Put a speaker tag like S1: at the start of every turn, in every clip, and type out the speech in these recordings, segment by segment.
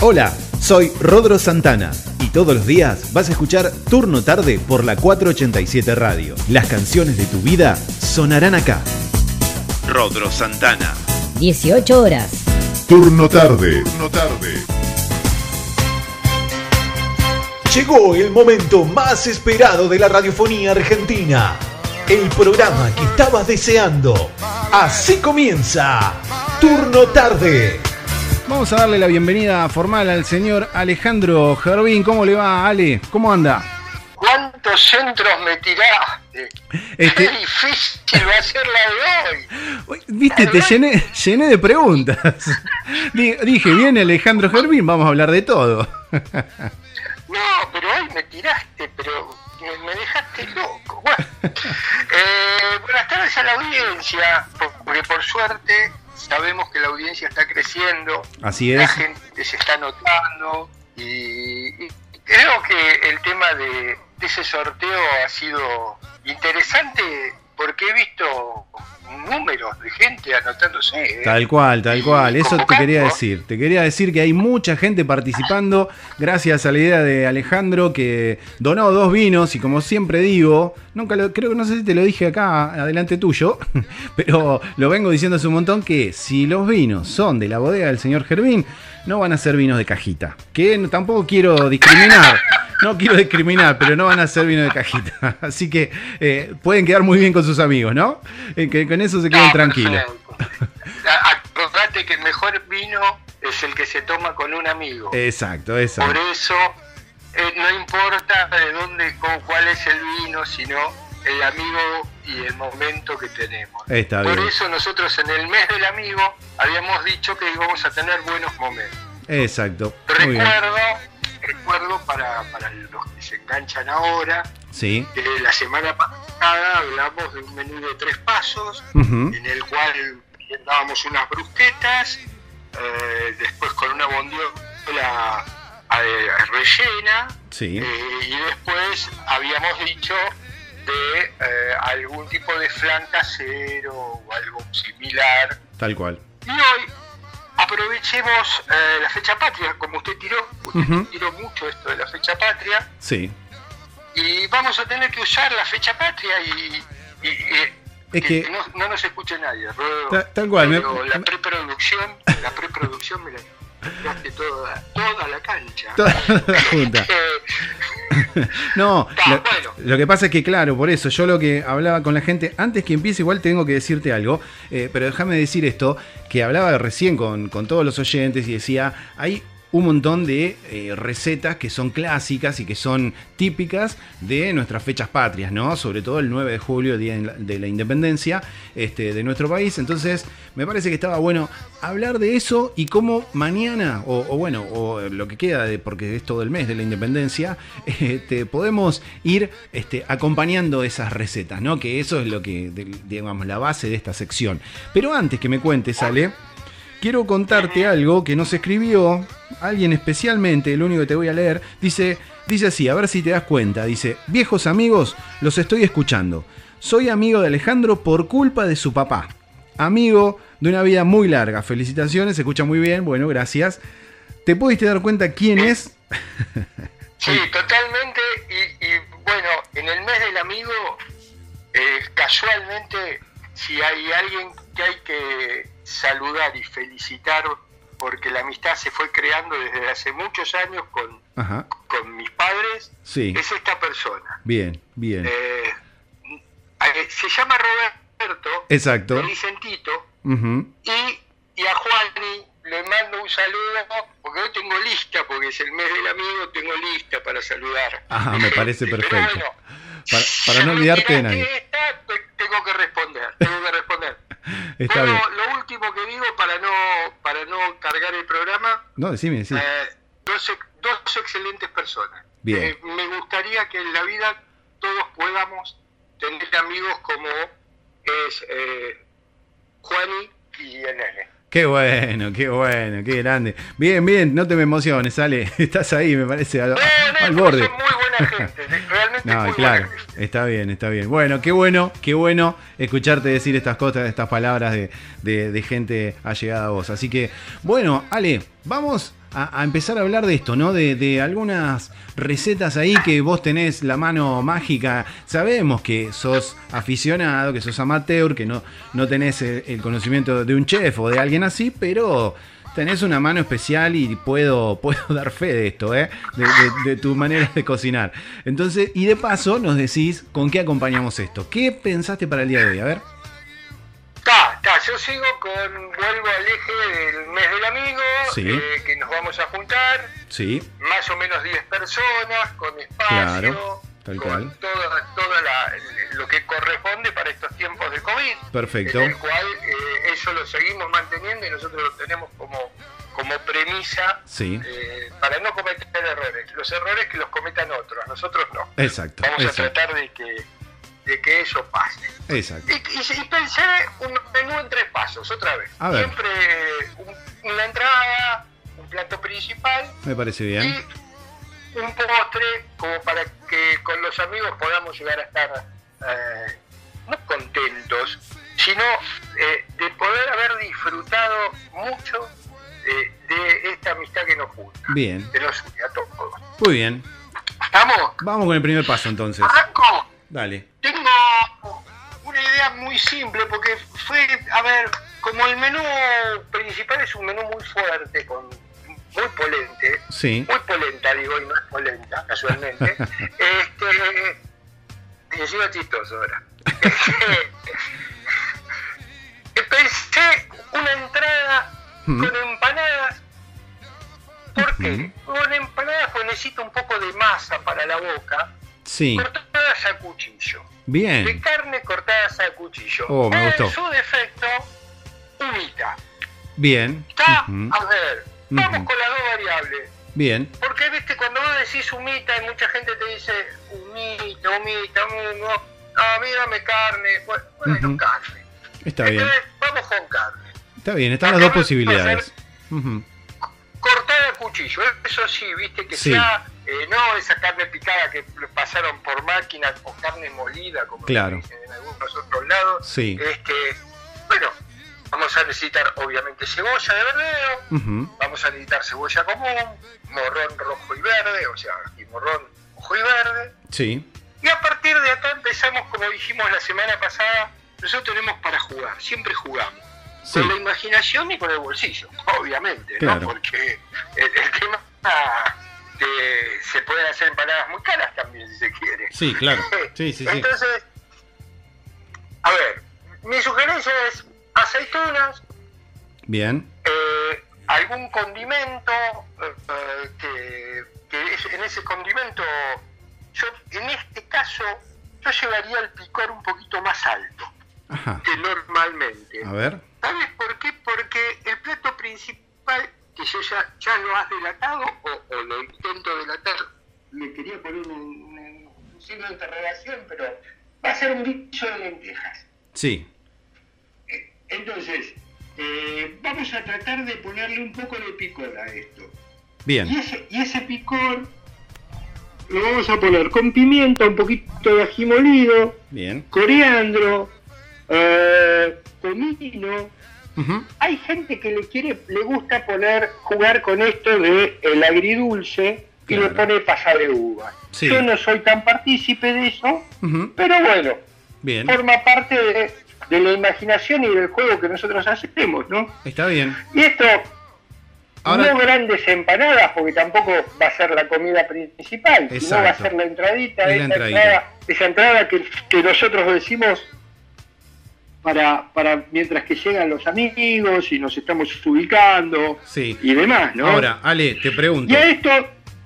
S1: Hola, soy Rodro Santana y todos los días vas a escuchar Turno Tarde por la 487 Radio. Las canciones de tu vida sonarán acá. Rodro Santana.
S2: 18 horas.
S3: Turno tarde. Turno tarde.
S1: Llegó el momento más esperado de la radiofonía argentina. El programa que estabas deseando. Así comienza. Turno tarde.
S4: Vamos a darle la bienvenida formal al señor Alejandro Gervín. ¿Cómo le va, Ale? ¿Cómo anda?
S5: ¿Cuántos centros me tiraste?
S4: Este-
S5: Qué difícil va a ser la de hoy.
S4: Uy, Viste, te llené, llené de preguntas. Di- Dije, viene Alejandro Gervín, vamos a hablar de todo.
S5: No, pero hoy me tiraste, pero me, me dejaste loco. Bueno, eh, buenas tardes a la audiencia, porque por suerte sabemos que la audiencia está creciendo,
S4: Así
S5: la
S4: es.
S5: gente se está notando y, y creo que el tema de, de ese sorteo ha sido interesante porque he visto números de gente anotándose. ¿eh?
S4: Tal cual, tal cual. Eso te quería
S5: Convocando.
S4: decir. Te quería decir que hay mucha gente participando gracias a la idea de Alejandro que donó dos vinos y como siempre digo, nunca lo, creo que no sé si te lo dije acá adelante tuyo, pero lo vengo diciendo hace un montón que si los vinos son de la bodega del señor Gervín, no van a ser vinos de cajita. Que no- tampoco quiero discriminar. No quiero discriminar, pero no van a ser vino de cajita. Así que eh, pueden quedar muy bien con sus amigos, ¿no? Eh, que con eso se queden
S5: No,
S4: tranquilos.
S5: Ah, perfecto. A- Acordate que el mejor vino es el que se toma con un amigo.
S4: Eh, Exacto,
S5: Por
S4: exacto.
S5: eso eh, no importa de dónde, con cuál es el vino, sino el amigo y el momento que tenemos.
S4: Eh, Está
S5: Por
S4: bien.
S5: eso nosotros en el mes del amigo habíamos dicho que íbamos a tener buenos momentos.
S4: Exacto. Muy bien.
S5: Recuerdo, recuerdo para, para los que se enganchan ahora,
S4: Sí.
S5: que la semana pasada hablamos de un menú de tres pasos,
S4: Ujú.
S5: en el cual dábamos unas brusquetas, eh, después con una bondiola eh, rellena,
S4: Sí.
S5: eh, y después habíamos dicho de eh, algún tipo de flan casero o algo similar.
S4: Tal cual.
S5: Y hoy aprovechemos eh, la fecha patria, como usted tiró, usted
S4: Ujú.
S5: tiró mucho esto de la fecha patria
S4: Sí.
S5: y vamos a tener que usar la fecha patria y, y- y-
S4: Es
S5: que,
S4: que-
S5: no, no nos escuche nadie. Rodo.
S4: Ta- tal cual, me-
S5: Pero la
S4: me-
S5: preproducción, la preproducción me la tiraste toda, toda la cancha.
S4: Toda la junta.
S5: Eh,
S4: No,
S5: Ta,
S4: lo,
S5: bueno.
S4: lo que pasa es que, claro, por eso yo lo que hablaba con la gente, antes que empiece, igual tengo que decirte algo, eh, pero déjame decir esto, que hablaba recién con, con todos los oyentes y decía, hay un montón de eh, recetas que son clásicas y que son típicas de nuestras fechas patrias, ¿no? Sobre todo el 9 de julio, Día de la- de la Independencia este, de nuestro país. Entonces, me parece que estaba bueno hablar de eso y cómo mañana, o, o bueno, o lo que queda, de, porque es todo el mes de la independencia, este, podemos ir este, acompañando esas recetas, ¿no? Que eso es lo que, de- digamos, la base de esta sección. Pero antes que me cuentes, Ale, quiero contarte algo que nos escribió alguien especialmente, el único que te voy a leer, dice, dice así, a ver si te das cuenta, dice, viejos amigos, los estoy escuchando. Soy amigo de Alejandro por culpa de su papá. Amigo de una vida muy larga. Felicitaciones, se escucha muy bien. Bueno, gracias. ¿Te pudiste dar cuenta quién es?
S5: Sí, totalmente. Y, y, bueno, en el mes del amigo, eh, casualmente, si hay alguien que hay que saludar y felicitar, porque la amistad se fue creando desde hace muchos años con,
S4: Ajá.
S5: con mis padres,
S4: Sí.
S5: es esta persona.
S4: Bien, bien.
S5: Eh, eh, se llama Roberto,
S4: Exacto.
S5: me dicen Tito,
S4: Ujú.
S5: y, y a Juani le mando un saludo, porque hoy tengo lista, porque es el mes del amigo, tengo lista para saludar.
S4: Ah, me parece
S5: Pero
S4: perfecto.
S5: bueno,
S4: Para, para
S5: si
S4: no
S5: me
S4: olvidarte de
S5: tiraste
S4: nadie.
S5: esta, te- tengo que responder, tengo que responder.
S4: Está
S5: Pero
S4: bien.
S5: lo último que digo para no, para no cargar el programa,
S4: No, decime, decime.
S5: eh, dos, ex- dos excelentes personas.
S4: Bien.
S5: Eh, me gustaría que en la vida todos podamos tener amigos como es eh, Juani y el nene.
S4: Qué bueno, qué bueno, qué grande. Bien, bien, no te me emociones, Ale. Estás ahí, me parece, al,
S5: No, no,
S4: al
S5: pero
S4: borde.
S5: Son muy buena gente. Realmente realmente
S4: No,
S5: muy
S4: claro,
S5: buena.
S4: está bien, está bien. Bueno, qué bueno, qué bueno escucharte decir estas cosas, estas palabras de, de- de gente allegada a vos. Así que, bueno, Ale, vamos a, a empezar a hablar de esto, ¿no? De, de algunas recetas ahí que vos tenés la mano mágica. Sabemos que sos aficionado, que sos amateur, que no, no tenés el, el conocimiento de un chef o de alguien así, pero... Tenés una mano especial y puedo, puedo dar fe de esto, ¿eh? De, de- de tu manera de cocinar. Entonces, y de paso nos decís con qué acompañamos esto. ¿Qué pensaste para el día de hoy? A ver.
S5: Ta, ta, yo sigo con, vuelvo al eje del mes del amigo,
S4: Sí.
S5: eh, que nos vamos a juntar,
S4: Sí,
S5: más o menos 10 personas, con espacio,
S4: Claro, tal
S5: con
S4: cual.
S5: todo, todo la- lo que corresponde para estos tiempos de COVID,
S4: perfecto.
S5: en el cual eh, eso lo seguimos manteniendo y nosotros lo tenemos como, como premisa
S4: Sí,
S5: eh, para no cometer errores. Los errores que los cometan otros, nosotros no.
S4: exacto,
S5: Vamos a
S4: exacto,
S5: tratar de que, de que eso pase.
S4: exacto.
S5: Y, y- y pensé un menú en tres pasos, otra vez.
S4: A ver.
S5: Siempre un- una entrada, un plato principal
S4: Me parece bien.
S5: y un postre como para que con los amigos podamos llegar a estar eh, no contentos, sino eh, de poder haber disfrutado mucho eh, de esta amistad que nos junta,
S4: Bien,
S5: que nos une a todos.
S4: muy bien.
S5: ¿Estamos?
S4: Vamos con el primer paso entonces.
S5: Arranco.
S4: Dale.
S5: Tengo una idea muy simple, porque fue, a ver, como el menú principal es un menú muy fuerte, con muy polente,
S4: Sí,
S5: muy polenta, digo, y no es polenta, casualmente. este, y sigo chistoso ahora. Pensé una entrada
S4: Mm,
S5: con empanadas. ¿Por qué? Con empanadas pues necesito un poco de masa para la boca,
S4: sí,
S5: cortadas a cuchillo de
S4: bien.
S5: carne cortadas a cuchillo.
S4: Oh, me
S5: O
S4: gustó.
S5: En su defecto, humita.
S4: Bien,
S5: Está,
S4: ujú,
S5: a ver, vamos
S4: Ujú.
S5: con las dos variables.
S4: bien.
S5: Porque, viste, cuando vos decís humita, y mucha gente te dice humita, humita, humita, ah, mírame carne, bueno, bueno,
S4: Ujú.
S5: carne.
S4: Está bien,
S5: Entonces, vamos con carne.
S4: está bien. Están las dos posibilidades. Ujú,
S5: Cortada a cuchillo, eso sí, viste, que
S4: Sí.
S5: sea, eh, no esa carne picada que pasaron por máquina o carne molida, como
S4: Claro.
S5: dicen en algunos otros lados.
S4: Sí.
S5: Este, bueno, vamos a necesitar obviamente cebolla de verdeo,
S4: ujú,
S5: vamos a necesitar cebolla común, morrón rojo y verde, o sea, y morrón rojo y verde.
S4: Sí,
S5: Y a partir de acá empezamos, como dijimos la semana pasada, nosotros tenemos para jugar, siempre jugamos.
S4: sí,
S5: Con la imaginación y con el bolsillo, obviamente,
S4: Claro.
S5: ¿no? Porque el, el tema de- se pueden hacer empanadas muy caras también, si se quiere.
S4: sí, claro. Sí, sí, sí.
S5: Entonces, a ver, mi sugerencia es aceitunas,
S4: Bien,
S5: eh, algún condimento, eh, eh, que, que es- en ese condimento, yo en este caso, yo llevaría el picor un poquito más alto
S4: ajá.
S5: que normalmente.
S4: A ver,
S5: ¿Sabes por qué? Porque el plato principal, que yo ya, ya lo has delatado o, o lo intento delatar, le quería poner un, un- un signo de interrogación, pero va a ser un bicho de lentejas.
S4: sí,
S5: Eh, Entonces, eh, vamos a tratar de ponerle un poco de picor a esto. Y
S4: bien.
S5: ese, y ese picor lo vamos a poner con pimienta, un poquito de ají molido,
S4: Bien.
S5: coriandro, eh, comino,
S4: ujú,
S5: hay gente que le quiere, le gusta poner, jugar con esto de el agridulce y le
S4: Claro.
S5: pone pasa de uva.
S4: Sí.
S5: Yo no soy tan partícipe de eso,
S4: ujú,
S5: pero bueno,
S4: Bien.
S5: forma parte de, de la imaginación y del juego que nosotros hacemos, ¿no?
S4: Está bien.
S5: Y esto,
S4: Ahora-
S5: no grandes empanadas, porque tampoco va a ser la comida principal, sino va a
S4: Exacto.
S5: ser la entradita,
S4: Es la
S5: esa
S4: entradita.
S5: entrada, esa entrada que, que nosotros decimos para, para mientras que llegan los amigos y nos estamos ubicando
S4: Sí.
S5: y demás, ¿no?
S4: Ahora, Ale, te
S5: y
S4: pregunto,
S5: a esto,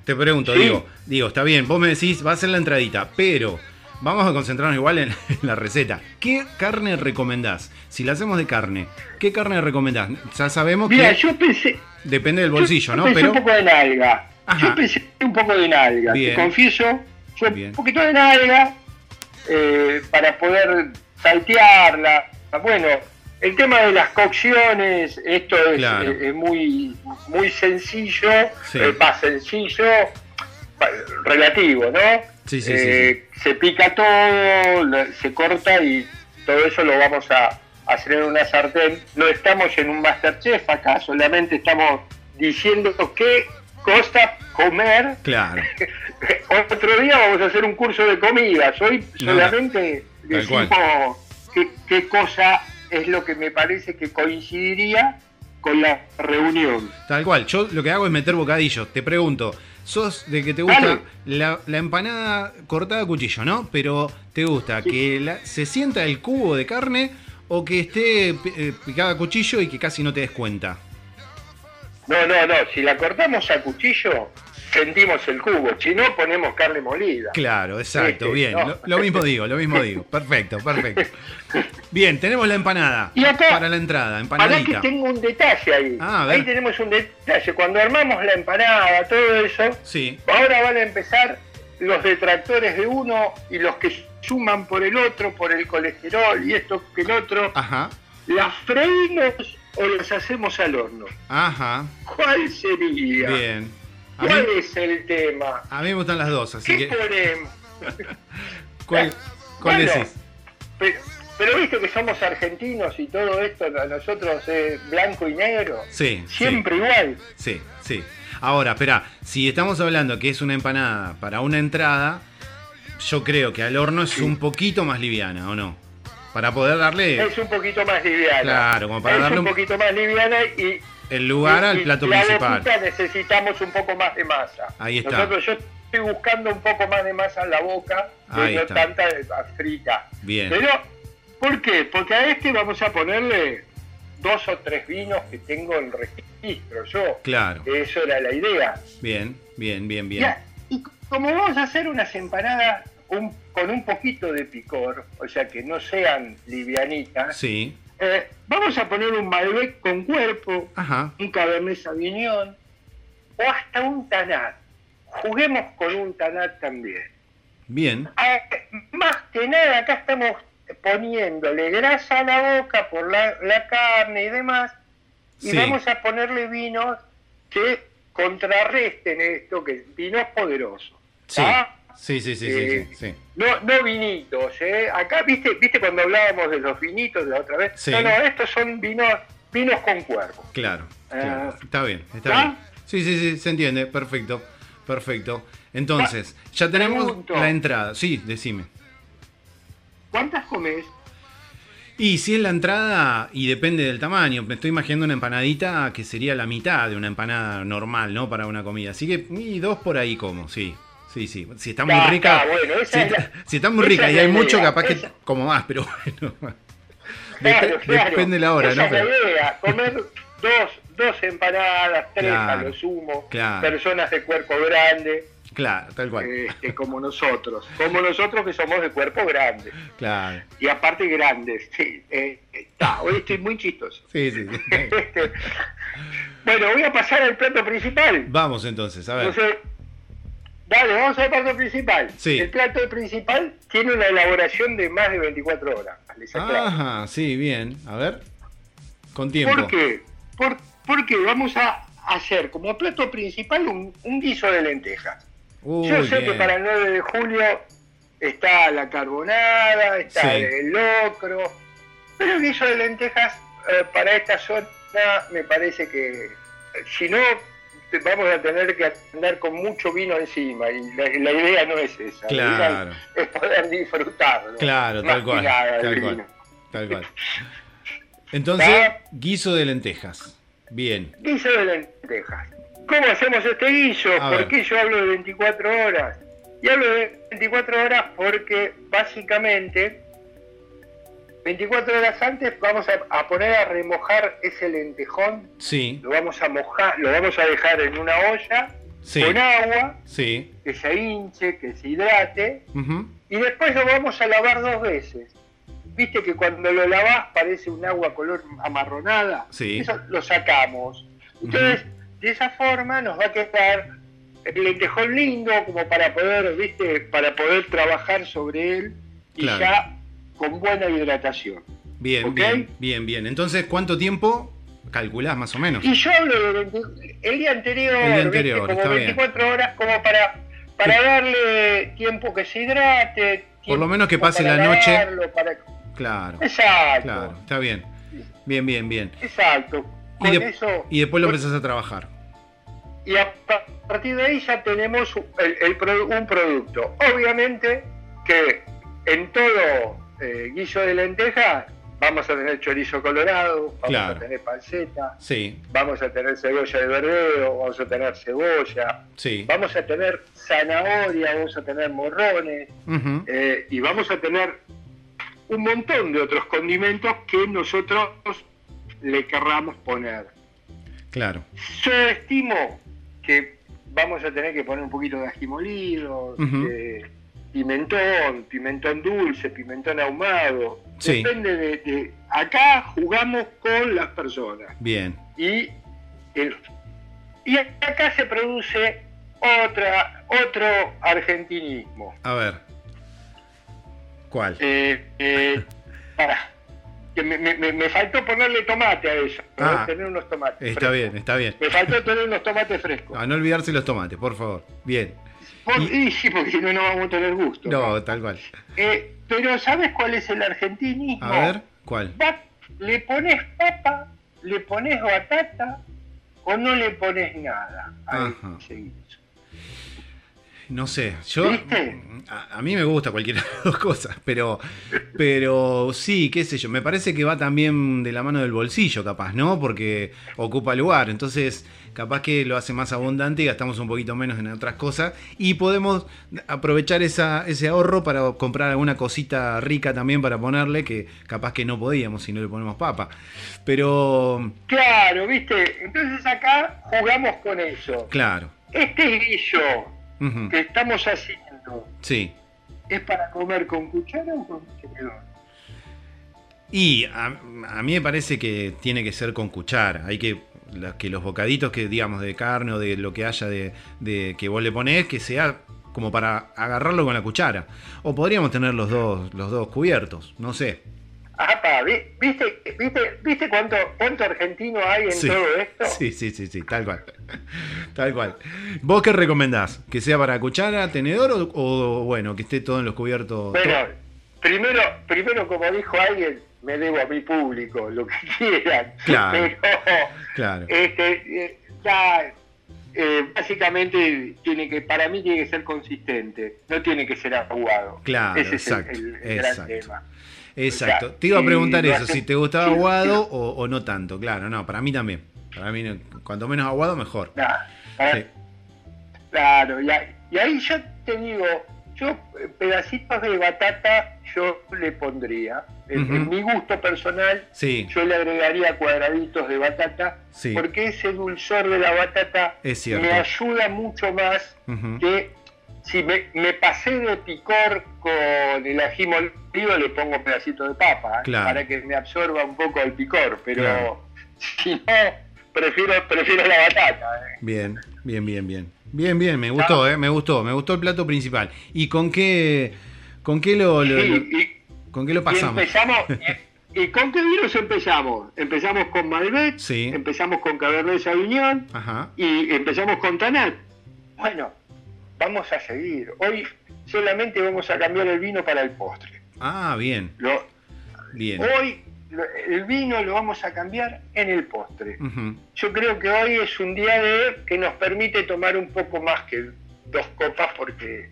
S4: te pregunto,
S5: Sí.
S4: digo, digo, está bien, vos me decís, va a ser la entradita, pero vamos a concentrarnos igual en, en la receta. ¿Qué carne recomendás? Si la hacemos de carne, ¿qué carne recomendás? Ya sabemos
S5: mira,
S4: que
S5: yo pensé,
S4: depende del bolsillo,
S5: yo
S4: ¿no?
S5: pensé
S4: Pero
S5: un poco de nalga.
S4: Ajá.
S5: Yo pensé un poco de nalga.
S4: Bien.
S5: Te confieso, yo
S4: Bien.
S5: un poquito de nalga eh, para poder saltearla. Bueno, el tema de las cocciones, esto es,
S4: Claro.
S5: eh, es muy, muy sencillo,
S4: Sí.
S5: eh, más sencillo, pa- relativo, ¿no?
S4: Sí, sí,
S5: Eh, Se pica todo, lo- se corta y todo eso lo vamos a hacer en una sartén. No estamos en un Masterchef acá, solamente estamos diciendo qué cosa comer.
S4: Claro.
S5: Otro día vamos a hacer un curso de comidas. Hoy
S4: No,
S5: solamente
S4: tal cual.
S5: decimos qué, qué cosa es lo que me parece que coincidiría con la reunión.
S4: Tal cual, yo lo que hago es meter bocadillos. Te pregunto, sos de que te gusta
S5: Dale.
S4: la, la empanada cortada a cuchillo, ¿no? Pero te gusta que la- se sienta el cubo de carne o que esté eh, picada a cuchillo y que casi no te des cuenta.
S5: No, no, no. Si la cortamos a cuchillo, sentimos el cubo. Si no, ponemos carne molida.
S4: Claro, exacto,
S5: Sí,
S4: bien.
S5: no.
S4: Lo, lo mismo digo, lo mismo digo. Perfecto, perfecto. Bien, tenemos la empanada
S5: Y acá-
S4: para la entrada,
S5: Pará que
S4: empanadita.
S5: tengo un detalle ahí.
S4: Ah, a ver.
S5: ahí tenemos un detalle. Cuando armamos la empanada, todo eso,
S4: Sí,
S5: ahora van a empezar los detractores de uno y los que suman por el otro, por el colesterol y esto que el otro.
S4: ajá,
S5: ¿Las freímos o las hacemos al horno?
S4: ajá,
S5: ¿Cuál sería?
S4: bien. A mí,
S5: ¿Cuál es el tema?
S4: a mí me gustan las dos, así
S5: ¿Qué
S4: que...
S5: ponemos?
S4: ¿Cuál, cuál
S5: Bueno,
S4: decís?
S5: Pero, pero viste que somos argentinos y todo esto a nosotros es blanco y negro.
S4: Sí, sí.
S5: Siempre igual.
S4: Sí, sí. Ahora, espera, si estamos hablando que es una empanada para una entrada, yo creo que al horno es un poquito más liviana, ¿o no? Para poder darle
S5: Es un poquito más liviana.
S4: Claro, como para
S5: es
S4: darle
S5: un
S4: un-
S5: poquito más liviana y
S4: el lugar
S5: y-
S4: al
S5: y
S4: plato
S5: la
S4: principal.
S5: boquita necesitamos un poco más de masa.
S4: Ahí está.
S5: Nosotros yo estoy buscando un poco más de masa en la boca, y
S4: Ahí
S5: no
S4: está.
S5: tanta de- frita.
S4: Bien.
S5: Pero, ¿por qué? Porque a este vamos a ponerle dos o tres vinos que tengo en registro yo.
S4: Claro.
S5: Eso era la idea.
S4: Bien, bien, bien, bien.
S5: Ya, y como vamos a hacer unas empanadas un- con un poquito de picor, o sea que no sean livianitas,
S4: Sí.
S5: eh, vamos a poner un Malbec con cuerpo,
S4: Ajá.
S5: un Cabernet Sauvignon o hasta un Tanat. Juguemos con un Tanat también.
S4: Bien.
S5: Ah, más que nada, acá estamos poniéndole grasa a la boca por la, la carne y demás, y
S4: Sí.
S5: vamos a ponerle vinos que contrarresten esto, que vinos poderosos.
S4: Sí.
S5: ¿tá?
S4: Sí, sí, sí, sí, sí, sí.
S5: No, no vinitos, ¿eh? Acá, ¿viste viste cuando hablábamos de los vinitos la otra vez?
S4: Sí.
S5: No, no, estos son vinos vinos con cuerpo.
S4: Claro. claro.
S5: Eh,
S4: Está bien, está
S5: ¿ya?
S4: bien. Sí, sí, sí, se entiende. Perfecto. Perfecto. Entonces, ya tenemos
S5: pregunto.
S4: la entrada. Sí, decime.
S5: ¿Cuántas comes?
S4: Y si es la entrada, y depende del tamaño, me estoy imaginando una empanadita que sería la mitad de una empanada normal, ¿no? Para una comida. Así que, y dos por ahí como, sí. Sí, sí. Si está muy
S5: Ah,
S4: rica.
S5: ah, bueno, esa
S4: si,
S5: es
S4: está,
S5: la-
S4: si está muy
S5: esa
S4: rica
S5: es
S4: y
S5: la
S4: hay mucho,
S5: idea,
S4: capaz que
S5: esa-
S4: como más, pero bueno. Dep-
S5: Claro, claro.
S4: Depende la hora,
S5: Esa
S4: ¿no?
S5: es la
S4: Pero-
S5: idea, comer dos, dos empanadas, tres a
S4: Claro,
S5: lo sumo,
S4: claro.
S5: personas de cuerpo grande,
S4: claro, tal cual.
S5: este, como nosotros, como nosotros que somos de cuerpo grande,
S4: Claro.
S5: y aparte grandes, sí, eh, está, hoy estoy muy chistoso.
S4: Sí, sí, sí.
S5: Este, bueno, voy a pasar al plato principal.
S4: Vamos entonces, a ver.
S5: Entonces, dale, vamos al plato principal.
S4: Sí.
S5: El plato principal tiene una elaboración de más de 24 horas. les
S4: Ah,
S5: aclaro.
S4: Ajá, sí, bien. A ver. Con tiempo.
S5: ¿Por qué? Por- porque vamos a hacer como plato principal un, un guiso de lentejas.
S4: Uy,
S5: Yo sé que
S4: bien.
S5: para el 9 de julio está la carbonada, está
S4: Sí.
S5: el locro, pero el guiso de lentejas eh, para esta zona me parece que eh, si no te- vamos a tener que andar con mucho vino encima y la, la idea no es esa. La idea
S4: Claro.
S5: es poder disfrutarlo.
S4: Claro, tal
S5: más
S4: cual,
S5: que nada el
S4: tal cual.
S5: vino.
S4: Tal cual. Entonces,
S5: ¿Está?
S4: guiso de lentejas. Bien.
S5: Guiso de lentejas. ¿Cómo hacemos este guiso?
S4: A ver.
S5: ¿Por qué yo hablo de 24 horas? Y hablo de 24 horas porque básicamente 24 horas antes vamos a, a poner a remojar ese lentejón,
S4: Sí,
S5: lo vamos a mojar, lo vamos a dejar en una olla
S4: sí,
S5: con agua,
S4: sí.
S5: que se hinche, que se hidrate,
S4: ujú,
S5: y después lo vamos a lavar dos veces. Viste que cuando lo lavás parece un agua color amarronada.
S4: Sí.
S5: Eso lo sacamos. Entonces, de esa forma nos va a quedar el lentejón lindo como para poder, viste, para poder trabajar sobre él y
S4: Claro.
S5: ya con buena hidratación.
S4: Bien,
S5: ¿Ok?
S4: bien, bien, bien. Entonces, ¿cuánto tiempo calculás más o menos?
S5: Y yo hablo de 20 el día anterior,
S4: El día
S5: ¿viste?
S4: anterior,
S5: como
S4: está bien.
S5: 24 horas como para Para darle tiempo que se hidrate.
S4: Por lo
S5: tiempo
S4: menos que pase
S5: para
S4: la noche.
S5: lavarlo, para-
S4: Claro,
S5: Exacto.
S4: claro, está bien. Bien, bien, bien.
S5: Exacto.
S4: Y,
S5: Con
S4: de-
S5: eso.
S4: y después lo empezás a trabajar.
S5: y a pa- partir de ahí ya tenemos el- el pro- un producto. Obviamente que en todo eh, guiso de lenteja vamos a tener chorizo colorado, vamos
S4: Claro.
S5: a tener panceta,
S4: Sí,
S5: vamos a tener cebolla de verdeo, vamos a tener cebolla,
S4: sí.
S5: vamos a tener zanahoria, vamos a tener morrones
S4: Ujú.
S5: eh, y vamos a tener un montón de otros condimentos que nosotros le querramos poner.
S4: Claro.
S5: Yo estimo que vamos a tener que poner un poquito de ají molido,
S4: Ujú.
S5: de pimentón, pimentón dulce, pimentón ahumado.
S4: Sí.
S5: Depende de, de- Acá jugamos con las personas.
S4: Bien.
S5: Y, el- y acá se produce otra, otro argentinismo.
S4: A ver. ¿Cuál?
S5: Eh, eh, pará, que me, me- me- me faltó ponerle tomate a eso.
S4: Ah,
S5: tener unos tomates.
S4: Está
S5: frescos.
S4: bien, está bien.
S5: Me faltó tener unos tomates frescos.
S4: A no olvidarse los tomates, por favor. Bien.
S5: Por-
S4: Y-
S5: y... sí, porque si no, no vamos a tener gusto.
S4: No, tal cual.
S5: Eh, pero ¿sabes cuál es el argentinismo?
S4: A ver, ¿cuál?
S5: Va- le pones papa, le pones batata o no le pones nada. a
S4: Ajá.
S5: ese guiso.
S4: No sé, yo.
S5: ¿Viste?
S4: A, a mí me gusta cualquiera de las dos cosas, pero. Pero sí, qué sé yo. Me parece que va también de la mano del bolsillo, capaz, ¿no? Porque ocupa lugar. Entonces, capaz que lo hace más abundante y gastamos un poquito menos en otras cosas. Y podemos aprovechar esa, ese ahorro para comprar alguna cosita rica también para ponerle, que capaz que no podíamos si no le ponemos papa. Pero.
S5: Claro, ¿viste? Entonces acá jugamos con eso.
S4: Claro.
S5: Este guiso
S4: Ujú.
S5: que estamos haciendo
S4: Sí.
S5: es para comer con cuchara o con tenedor.
S4: Y a, a mí me parece que tiene que ser con cuchara. Hay que la- que los bocaditos que digamos de carne o de lo que haya de, de- que vos le ponés que sea como para agarrarlo con la cuchara. O podríamos tener los dos los dos cubiertos, no sé.
S5: Apa, ¿vi- ¿viste, viste, viste cuánto, cuánto argentino hay en
S4: Sí.
S5: todo esto?
S4: Sí, sí, sí, sí, tal cual. Tal cual. ¿Vos qué recomendás? ¿Que sea para cuchara, tenedor o, o, bueno, que esté todo en los cubiertos?
S5: Bueno, primero, primero como dijo alguien, me debo a mi público, lo que quieran.
S4: Claro.
S5: Pero,
S4: Claro.
S5: este, eh, ya, eh, básicamente tiene que, para mí tiene que ser consistente, no tiene que ser aguado.
S4: Claro,
S5: Ese es el-
S4: exacto,
S5: el, el gran
S4: exacto.
S5: tema.
S4: Exacto.
S5: O sea,
S4: te iba a
S5: y
S4: preguntar
S5: lo
S4: eso,
S5: hace-
S4: si te gustaba
S5: sí,
S4: aguado o, o no tanto. Claro, no, para mí también. Para mí, no- cuanto menos aguado, mejor.
S5: Nah, para-
S4: Sí.
S5: Claro, y, ahí- y ahí yo te digo, yo eh, pedacitos de batata yo le pondría. En,
S4: Ujú.
S5: en mi gusto personal,
S4: Sí,
S5: yo le agregaría cuadraditos de batata,
S4: Sí.
S5: porque ese dulzor de la batata
S4: Es cierto.
S5: me ayuda mucho más
S4: Ujú.
S5: que si me, me pasé de picor con el ají molido, le pongo un pedacito de papa, ¿eh?
S4: Claro.
S5: para que me absorba un poco el picor, pero
S4: Claro.
S5: si no... Prefiero, prefiero la batata. ¿eh?
S4: Bien, bien, bien, bien. Bien, bien, me gustó, eh, me gustó, me gustó el plato principal. ¿Y con qué, con qué lo, lo-
S5: Sí,
S4: lo-
S5: y-
S4: con qué lo pasamos?
S5: Y empezamos. ¿Y y con qué vinos empezamos? Empezamos con Malbec,
S4: Sí.
S5: empezamos con Cabernet Sauvignon
S4: Ajá.
S5: y empezamos con Tanat. Bueno, vamos a seguir. Hoy solamente vamos a cambiar el vino para el postre.
S4: Ah, bien,
S5: Lo-
S4: bien.
S5: hoy lo- el vino lo vamos a cambiar en el postre.
S4: Ujú.
S5: Yo creo que hoy es un día de, que nos permite tomar un poco más que dos copas porque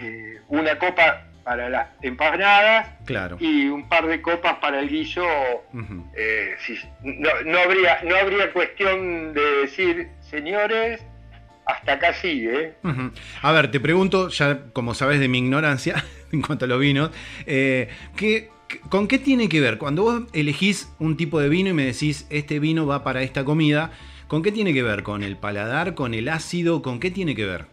S5: eh, una copa para las empanadas
S4: Claro.
S5: y un par de copas para el guiso,
S4: Ujú.
S5: eh, si- no, no habría, no habría cuestión de decir, señores, hasta acá sigue.
S4: Ujú. A ver, te pregunto, ya como sabes de mi ignorancia en cuanto a los vinos, eh, ¿qué- qué- ¿con qué tiene que ver? Cuando vos elegís un tipo de vino y me decís, este vino va para esta comida, ¿con qué tiene que ver? ¿Con el paladar? ¿Con el ácido? ¿Con qué tiene que ver?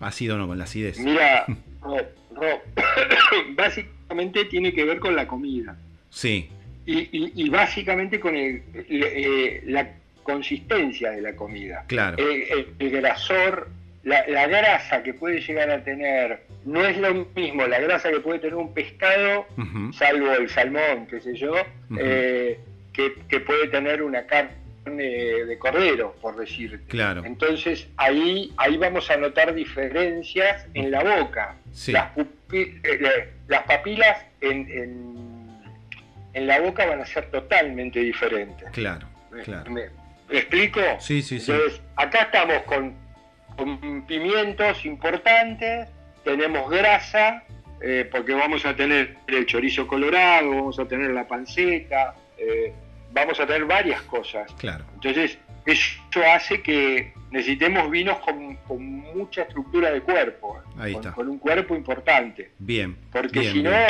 S4: Ácido no, con la acidez.
S5: Mira, Rob, Rob, básicamente tiene que ver con la comida
S4: Sí,
S5: y, y- y básicamente con el- el- eh, la consistencia de la comida.
S4: claro.
S5: El, el- el grasor, la, la grasa que puede llegar a tener, no es lo mismo la grasa que puede tener un pescado
S4: Ujú.
S5: salvo el salmón, qué sé yo, eh, que, que puede tener una carne de, de Cordero, por decir.
S4: Claro.
S5: Entonces ahí, ahí vamos a notar diferencias en la boca.
S4: Sí.
S5: Las, pupi- eh, la- las papilas en, en, en la boca van a ser totalmente diferentes.
S4: Claro,
S5: ¿Me-
S4: claro.
S5: ¿Me, me explico?
S4: Sí, sí, sí.
S5: Entonces, acá estamos con, con pimientos importantes, tenemos grasa, eh, porque vamos a tener el chorizo colorado, vamos a tener la panceta, eh, vamos a tener varias cosas.
S4: Claro.
S5: Entonces, eso hace que necesitemos vinos con, con mucha estructura de cuerpo, eh,
S4: Ahí
S5: con,
S4: está.
S5: con un cuerpo importante,
S4: Bien.
S5: porque
S4: bien,
S5: si no,
S4: bien.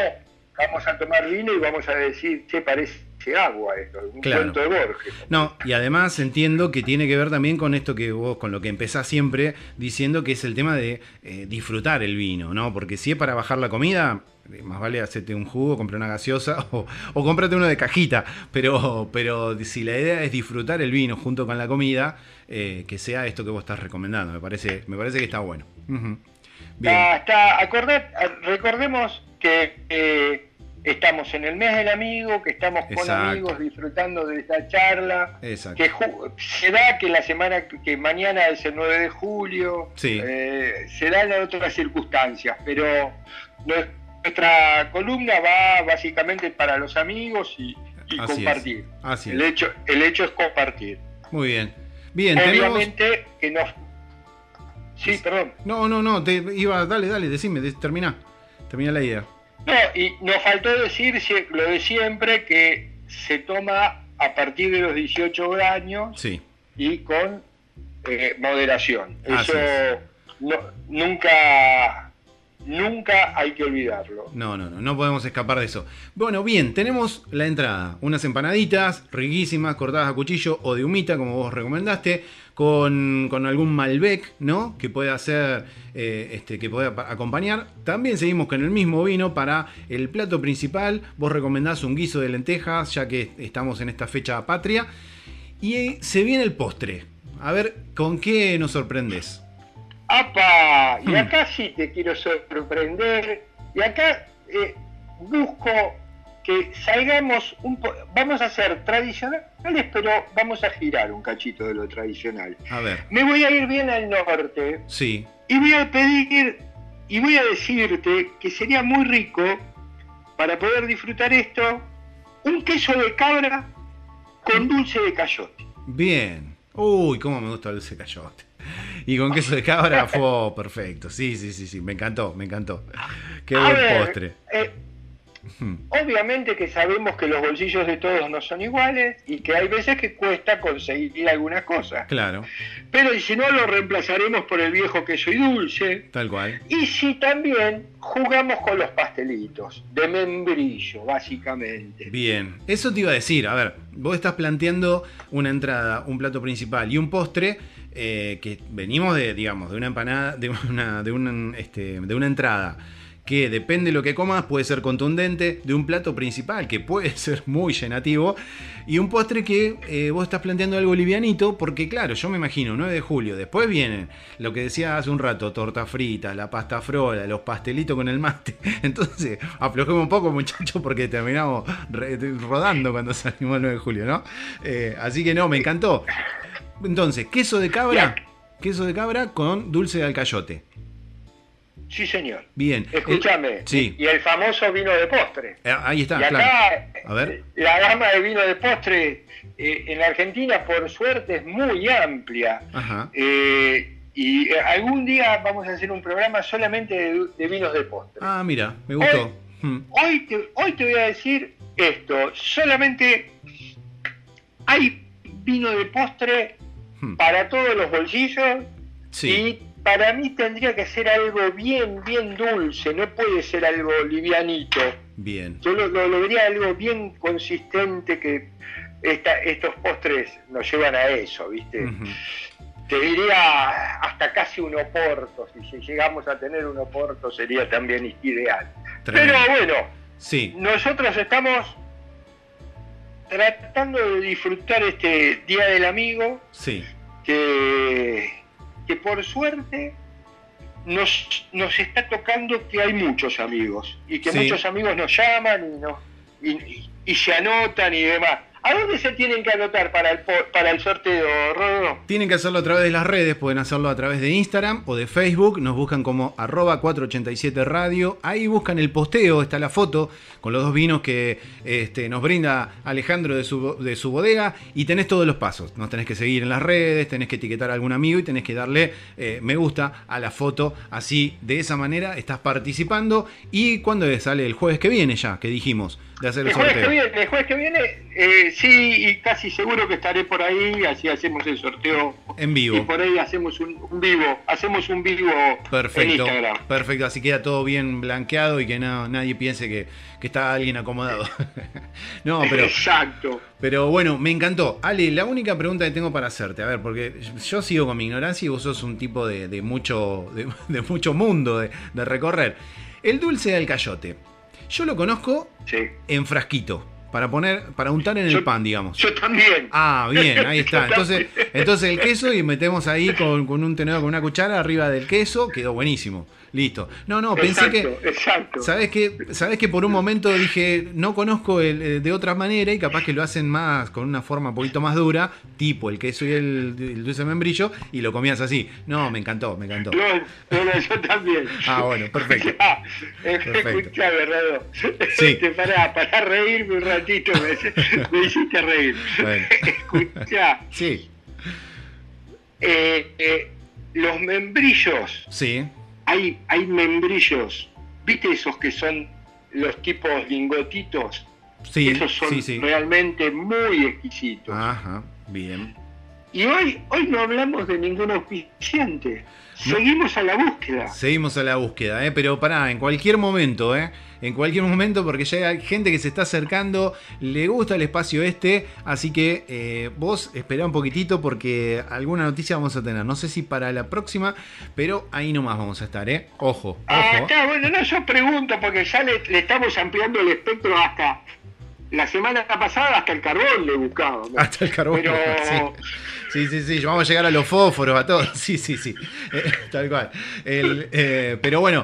S5: vamos a tomar vino y vamos a decir, che, parece agua esto, un
S4: Claro.
S5: cuento de Borges.
S4: No, y además entiendo que tiene que ver también con esto que vos, con lo que empezás siempre diciendo, que es el tema de eh, disfrutar el vino, ¿no? Porque si es para bajar la comida, eh, más vale hacerte un jugo, comprar una gaseosa o, o comprate uno de cajita. Pero, pero si la idea es disfrutar el vino junto con la comida, eh, que sea esto que vos estás recomendando. Me parece, me parece que está bueno. Ujú. Bien,
S5: Está- Ah, está- acordá- recordemos que eh, estamos en el mes del amigo, que estamos con
S4: Exacto.
S5: amigos disfrutando de esta charla,
S4: exacto.
S5: que ju- se da que la semana que mañana es el 9 de julio,
S4: Sí.
S5: eh, se dan otras circunstancias, pero nue- nuestra columna va básicamente para los amigos y,
S4: Así
S5: y
S4: es,
S5: compartir.
S4: así es.
S5: El hecho, el hecho es compartir.
S4: Muy bien. Bien,
S5: Eh,
S4: tenemos...
S5: Obviamente que no. Sí, perdón.
S4: No, no, no, te iba, dale, dale, decime, de- terminá. Terminá la idea.
S5: No, y nos faltó decir si- lo de siempre que se toma a partir de los 18 años
S4: Sí.
S5: y con eh, moderación.
S4: Así
S5: Eso no- nunca, nunca hay que olvidarlo.
S4: No, no, no, no podemos escapar de eso. Bueno, bien, tenemos la entrada. Unas empanaditas riquísimas, cortadas a cuchillo o de humita, como vos recomendaste, con, con algún Malbec, ¿no? Que pueda hacer, eh, este, que pueda pa- acompañar. También seguimos con el mismo vino para el plato principal. Vos recomendás un guiso de lentejas, ya que estamos en esta fecha patria. Y eh, se viene el postre. A ver, ¿con qué nos sorprendes?
S5: ¡Apa!
S4: Hmm.
S5: Y acá sí te quiero sorprender. Y acá eh, busco que salgamos un po- Vamos a hacer tradicionales, pero vamos a girar un cachito de lo tradicional.
S4: A ver,
S5: Me voy a ir bien al norte.
S4: sí,
S5: Y voy a pedir y voy a decirte que sería muy rico para poder disfrutar esto un queso de cabra con dulce de cayote.
S4: Bien. Uy, cómo me gusta el dulce de cayote. Y con queso de cabra fue oh, perfecto. Sí, sí, sí, sí. Me encantó, me encantó. Qué
S5: A
S4: buen
S5: ver,
S4: postre.
S5: eh, obviamente que sabemos que los bolsillos de todos no son iguales y que hay veces que cuesta conseguir algunas cosas.
S4: Claro,
S5: Pero y si no lo reemplazaremos por el viejo queso y dulce.
S4: tal cual.
S5: Y si también jugamos con los pastelitos de membrillo, básicamente.
S4: Bien. Eso te iba a decir. A ver, vos estás planteando una entrada, un plato principal y un postre eh, que venimos de, digamos, de una empanada, de una, de un, este, de una entrada que depende de lo que comas, puede ser contundente, de un plato principal que puede ser muy llenativo, Y un postre que eh, vos estás planteando algo livianito, porque claro, yo me imagino, 9 de julio, después vienen lo que decía hace un rato, torta frita, la pasta frola, los pastelitos con el mate. Entonces, aflojemos un poco, muchachos, porque terminamos re- rodando cuando salimos el 9 de julio, ¿no? Eh, así que no, me encantó. Entonces, queso de cabra, queso de cabra con dulce de alcayote.
S5: Sí, señor.
S4: Bien.
S5: Escúchame.
S4: Eh, sí.
S5: Y el famoso vino de postre.
S4: Eh, Ahí está,
S5: y acá,
S4: claro.
S5: eh,
S4: A ver.
S5: la gama de vino de postre eh, en la Argentina, por suerte, es muy amplia.
S4: Ajá.
S5: Eh, y eh, algún día vamos a hacer un programa solamente de, de vinos de postre.
S4: Ah, mira, me
S5: Eh,
S4: gustó. Mm,
S5: Hoy, te, hoy te voy a decir esto. Solamente hay vino de postre
S4: mm.
S5: para todos los bolsillos
S4: Sí,
S5: y para mí tendría que ser algo bien, bien dulce, no puede ser algo livianito.
S4: bien.
S5: Yo lo, lo, lo vería algo bien consistente que esta- estos postres nos llevan a eso, ¿viste?
S4: Ujú.
S5: Te diría hasta casi un oporto, si si llegamos a tener un oporto sería también ideal.
S4: Tremendo.
S5: Pero bueno,
S4: Sí,
S5: nosotros estamos tratando de disfrutar este Día del Amigo,
S4: sí.
S5: que, que por suerte nos, nos está tocando que hay muchos amigos y que
S4: Sí.
S5: muchos amigos nos llaman y, nos, y, y- y se anotan y demás. ¿A dónde se tienen que anotar para el, po- para el sorteo, Rodo?
S4: Tienen que hacerlo a través de las redes, pueden hacerlo a través de Instagram o de Facebook, nos buscan como arroba 487 radio, ahí buscan el posteo, está la foto con los dos vinos que este, nos brinda Alejandro de su, bo- de su bodega y tenés todos los pasos, nos tenés que seguir en las redes, tenés que etiquetar a algún amigo y tenés que darle eh, me gusta a la foto, así de esa manera estás participando y cuando sale el jueves que viene ya, que dijimos, de hacer el
S5: El jueves que
S4: sorteo.
S5: viene, el jueves que viene eh, sí, y casi seguro que estaré por ahí, así hacemos el sorteo.
S4: En vivo.
S5: Y por ahí hacemos un, un vivo, hacemos un vivo en
S4: Perfecto,
S5: Instagram.
S4: perfecto, así queda todo bien blanqueado y que no, nadie piense que, que está alguien acomodado. no, pero,
S5: Exacto.
S4: pero bueno, me encantó. Ale, la única pregunta que tengo para hacerte, a ver, porque yo sigo con mi ignorancia y vos sos un tipo de, de mucho, de, de mucho mundo de, de recorrer. El dulce del cayote, yo lo conozco
S5: Sí.
S4: en frasquito, para poner, para untar en el
S5: Yo-
S4: pan, digamos.
S5: Yo también.
S4: Ah, bien, ahí está.
S5: Yo
S4: Entonces, entonces el queso y metemos ahí con, con un tenedor, con una cuchara arriba del queso, quedó buenísimo. Listo. No, no, pensé
S5: exacto,
S4: que.
S5: exacto.
S4: ¿Sabes que, sabes que por un momento dije, no conozco el, eh, de otra manera y capaz que lo hacen más con una forma un poquito más dura, tipo el queso y el, el dulce de membrillo, y lo comías así? No, me encantó, me encantó.
S5: No, no, no, yo también.
S4: Ah, bueno, perfecto.
S5: Ah, eh,
S4: Perfecto.
S5: Escuchame, Rodo.
S4: Sí.
S5: Te pará, para reírme un ratito, me, me hiciste reír.
S4: Bueno.
S5: Escuchá,
S4: Sí,
S5: eh, eh, los membrillos.
S4: sí,
S5: hay, hay membrillos, ¿viste esos que son los tipos lingotitos?
S4: sí,
S5: esos son
S4: sí, Ah. sí.
S5: realmente muy exquisitos.
S4: Ajá, bien.
S5: Y hoy, hoy no hablamos de ningún auspiciante. Seguimos a la búsqueda.
S4: Seguimos a la búsqueda, ¿eh? pero pará, en cualquier momento, ¿eh? en cualquier momento, porque ya hay gente que se está acercando, le gusta el espacio este, así que eh, vos esperá un poquitito porque alguna noticia vamos a tener, no sé si para la próxima, pero ahí nomás vamos a estar, ¿eh? Ojo, ojo.
S5: Ah, está, bueno, no, yo pregunto, porque ya le, le estamos ampliando el espectro hasta la semana pasada, hasta el carbón le buscaba. ¿no?
S4: Hasta el carbón.
S5: Pero-
S4: Sí. sí, sí, sí, Vamos a llegar a los fósforos, a todo. Sí, sí, sí. Eh, tal cual. El, eh, pero bueno,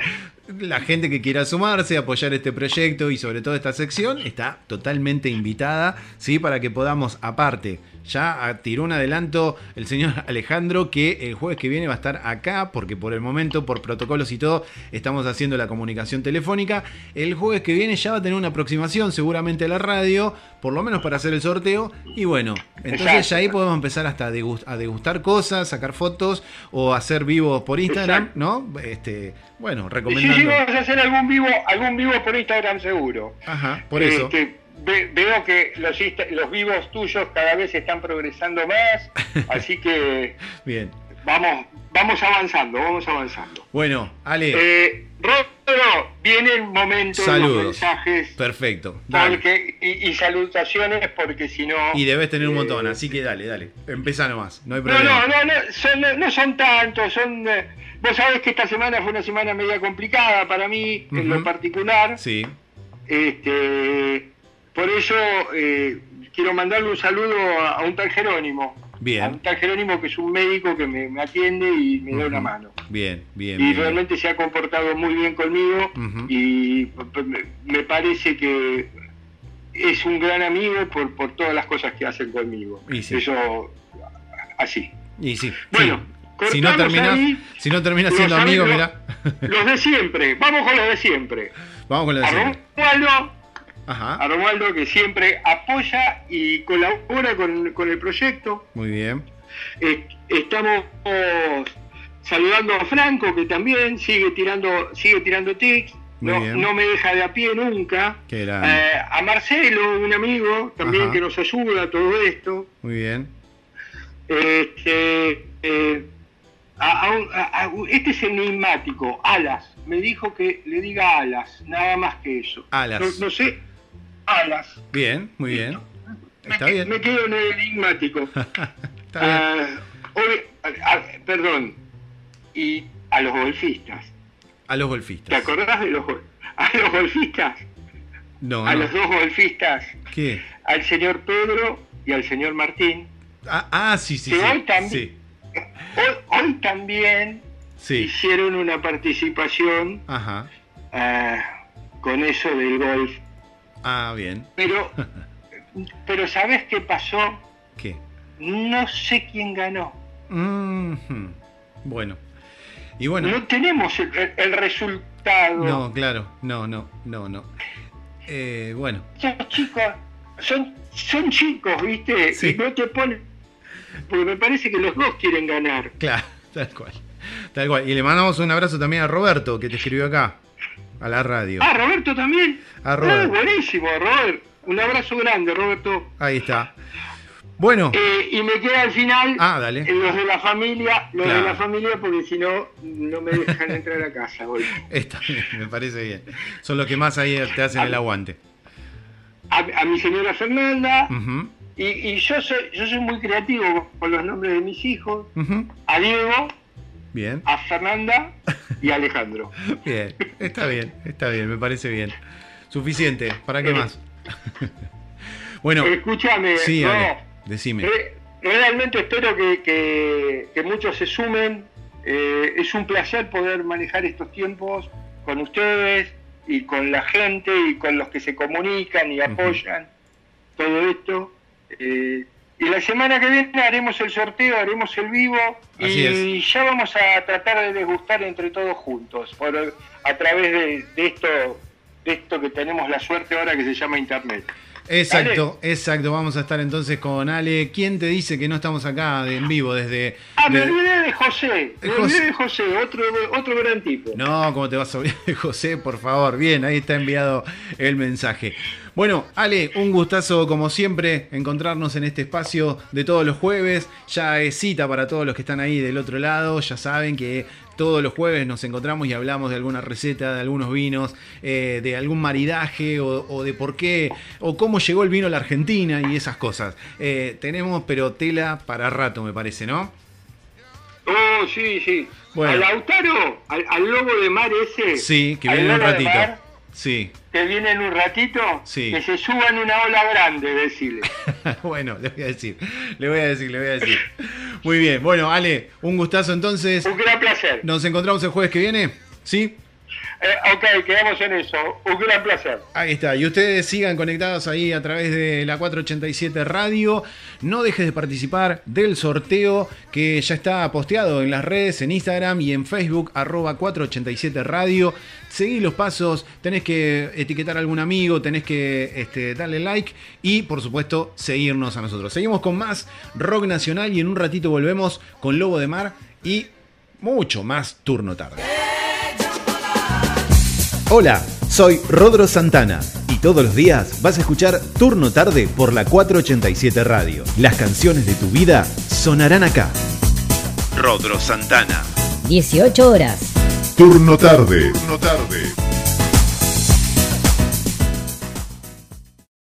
S4: la gente que quiera sumarse, apoyar este proyecto y sobre todo esta sección, está totalmente invitada, ¿sí? Para que podamos, aparte, ya a- tiró un adelanto el señor Alejandro que el jueves que viene va a estar acá, porque por el momento, por protocolos y todo, estamos haciendo la comunicación telefónica. El jueves que viene ya va a tener una aproximación seguramente a la radio, por lo menos para hacer el sorteo. Y bueno, entonces
S5: Exacto.
S4: ya ahí podemos empezar hasta a degus- a degustar cosas, sacar fotos o hacer vivos por Instagram,
S5: Exacto.
S4: ¿no? Este, bueno,
S5: Y sí, sí,
S4: recomendando.
S5: vamos a hacer algún vivo, algún vivo por Instagram seguro.
S4: Ajá, por eso.
S5: Este, ve- veo que los, insta- los vivos tuyos cada vez están progresando más, así que
S4: Bien.
S5: vamos, vamos avanzando, vamos avanzando.
S4: Bueno, Ale,
S5: Eh, Rodo, viene el momento de los
S4: saludos.
S5: mensajes
S4: Perfecto. dale.
S5: porque, y, y salutaciones porque si no...
S4: Y debes tener un
S5: eh,
S4: montón, así que dale, dale. Empezá nomás, no hay
S5: No,
S4: problema.
S5: no, no, no son, no- no son tantos, son... eh, Vos sabés que esta semana fue una semana media complicada para mí, en
S4: Ujú.
S5: lo particular.
S4: Sí,
S5: Este, por eso eh, quiero mandarle un saludo a, a un tal Jerónimo. A un
S4: bien.
S5: tal Jerónimo que es un médico que me, me atiende y me da una
S4: Ujú.
S5: mano.
S4: Bien, bien.
S5: Y
S4: bien.
S5: realmente se ha comportado muy bien conmigo
S4: Ujú.
S5: y p- p- me- me parece que es un gran amigo por, por todas las cosas que hacen conmigo.
S4: Y sí.
S5: Eso, así.
S4: Y sí.
S5: Bueno,
S4: sí. si no
S5: cortamos
S4: terminás,
S5: ahí.
S4: si no terminás
S5: Los
S4: siendo amigo,
S5: amigos-
S4: mirá.
S5: Los de siempre, vamos con los de siempre.
S4: Vamos con la
S5: A
S4: decena.
S5: Romualdo, a
S4: Ajá.
S5: Romualdo que siempre apoya y colabora con, con el proyecto.
S4: Muy bien.
S5: Eh, estamos oh, saludando a Franco que también sigue tirando, sigue tirando tics.
S4: Muy
S5: No,
S4: bien.
S5: no me deja de a pie nunca.
S4: Qué grande.
S5: Eh, a Marcelo, un amigo también
S4: Ajá.
S5: que nos ayuda a todo esto.
S4: Muy bien.
S5: Este, eh, a- a un- a- a un- este es enigmático, Alas. Me dijo que le diga Alas, nada más que eso.
S4: Alas.
S5: No, no sé, Alas.
S4: Bien, muy bien.
S5: Eh.
S4: Está
S5: me,
S4: bien.
S5: me quedo en el enigmático.
S4: Está bien.
S5: Ah, obvi- a- a- perdón. Y a los golfistas.
S4: A los
S5: ¿Te
S4: golfistas.
S5: acordás de los, gol- a los golfistas?
S4: No,
S5: A
S4: no.
S5: los dos golfistas,
S4: ¿Qué?
S5: al señor Pedro y al señor Martín.
S4: Ah, ah, sí, sí,
S5: Que hoy
S4: sí.
S5: también-
S4: Sí,
S5: Hoy, hoy también
S4: sí.
S5: hicieron una participación
S4: Ajá.
S5: ah, con eso del golf.
S4: Ah, bien.
S5: Pero Pero ¿sabés qué pasó?
S4: ¿Qué?
S5: No sé quién ganó.
S4: Mhm. Bueno. Y bueno.
S5: No tenemos el, el resultado.
S4: No, claro, no, no, no, no. Eh, bueno,
S5: Esos chicos son, son chicos, ¿viste?
S4: Sí.
S5: Y no te ponen... Porque me parece que los dos quieren ganar.
S4: claro, tal cual. Tal cual. Y le mandamos un abrazo también a Roberto, que te escribió acá, a la radio.
S5: Ah, Roberto también.
S4: A Robert.
S5: Ah, buenísimo, Robert. Un abrazo grande, Roberto.
S4: Ahí está. Bueno,
S5: Eh, y me queda al final
S4: ah, dale.
S5: eh, los de la familia, los
S4: Claro.
S5: de la familia, porque si no, no me dejan entrar a casa hoy.
S4: Está bien, me parece bien. Son los que más ahí te hacen el aguante.
S5: A, a mi señora Fernanda,
S4: Ujú,
S5: y, y yo soy, yo soy muy creativo con los nombres de mis hijos,
S4: ujú.
S5: a Diego,
S4: Bien,
S5: a Fernanda y a Alejandro.
S4: bien. Está bien, está bien, me parece bien. Suficiente, ¿para
S5: Eh,
S4: qué más? Bueno,
S5: Escúchame,
S4: sí,
S5: eh, no, Eh,
S4: dale, decime.
S5: re- realmente espero que, que- que muchos se sumen. Eh, es un placer poder manejar estos tiempos con ustedes y con la gente y con los que se comunican y apoyan todo esto. Eh, y la semana que viene haremos el sorteo, haremos el vivo
S4: Así
S5: y ya vamos a tratar de degustar entre todos juntos por, a través de, de esto de esto que tenemos la suerte ahora que se llama internet.
S4: Exacto, exacto. Vamos a estar entonces con Ale. ¿Quién te dice que no estamos acá de- en vivo desde...
S5: Ah, me
S4: de-
S5: olvidé de José. Me
S4: José.
S5: olvidé de José, otro, otro gran tipo.
S4: No, ¿cómo te vas a olvidar de José? Por favor, bien, ahí está enviado el mensaje. Bueno, Ale, un gustazo como siempre encontrarnos en este espacio de todos los jueves. Ya es cita para todos los que están ahí del otro lado. Ya saben que todos los jueves nos encontramos y hablamos de alguna receta, de algunos vinos, eh, de algún maridaje o, o de por qué o cómo llegó el vino a la Argentina y esas cosas. Eh, tenemos pero tela para rato, me parece, ¿no?
S5: Oh, sí, sí.
S4: Bueno.
S5: Al Lautaro, al, al lobo de mar ese.
S4: Sí, que
S5: al
S4: viene en un
S5: lobo de
S4: ratito.
S5: mar,
S4: Sí.
S5: Que viene en un ratito.
S4: Sí.
S5: Que se suba en una ola grande, decirle.
S4: bueno, le voy a decir, le voy a decir, le voy a decir. Muy bien, bueno, Ale, un gustazo entonces.
S5: Un gran placer.
S4: Nos encontramos el jueves que viene, ¿sí?
S5: Eh, ok, quedamos en eso. Un gran placer.
S4: Ahí está, y ustedes sigan conectados ahí a través de la 487 Radio. No dejes de participar del sorteo que ya está posteado en las redes, en Instagram y en Facebook, arroba 487 Radio. Seguí los pasos, tenés que etiquetar a algún amigo, tenés que este, darle like y por supuesto seguirnos a nosotros. Seguimos con más rock nacional y en un ratito volvemos con Lobo de Mar y mucho más turno tarde. Hola, soy Rodro Santana y todos los días vas a escuchar Turno Tarde por la 487 Radio. Las canciones de tu vida sonarán acá. Rodro Santana.
S2: 18 horas.
S3: Turno tarde. Turno tarde.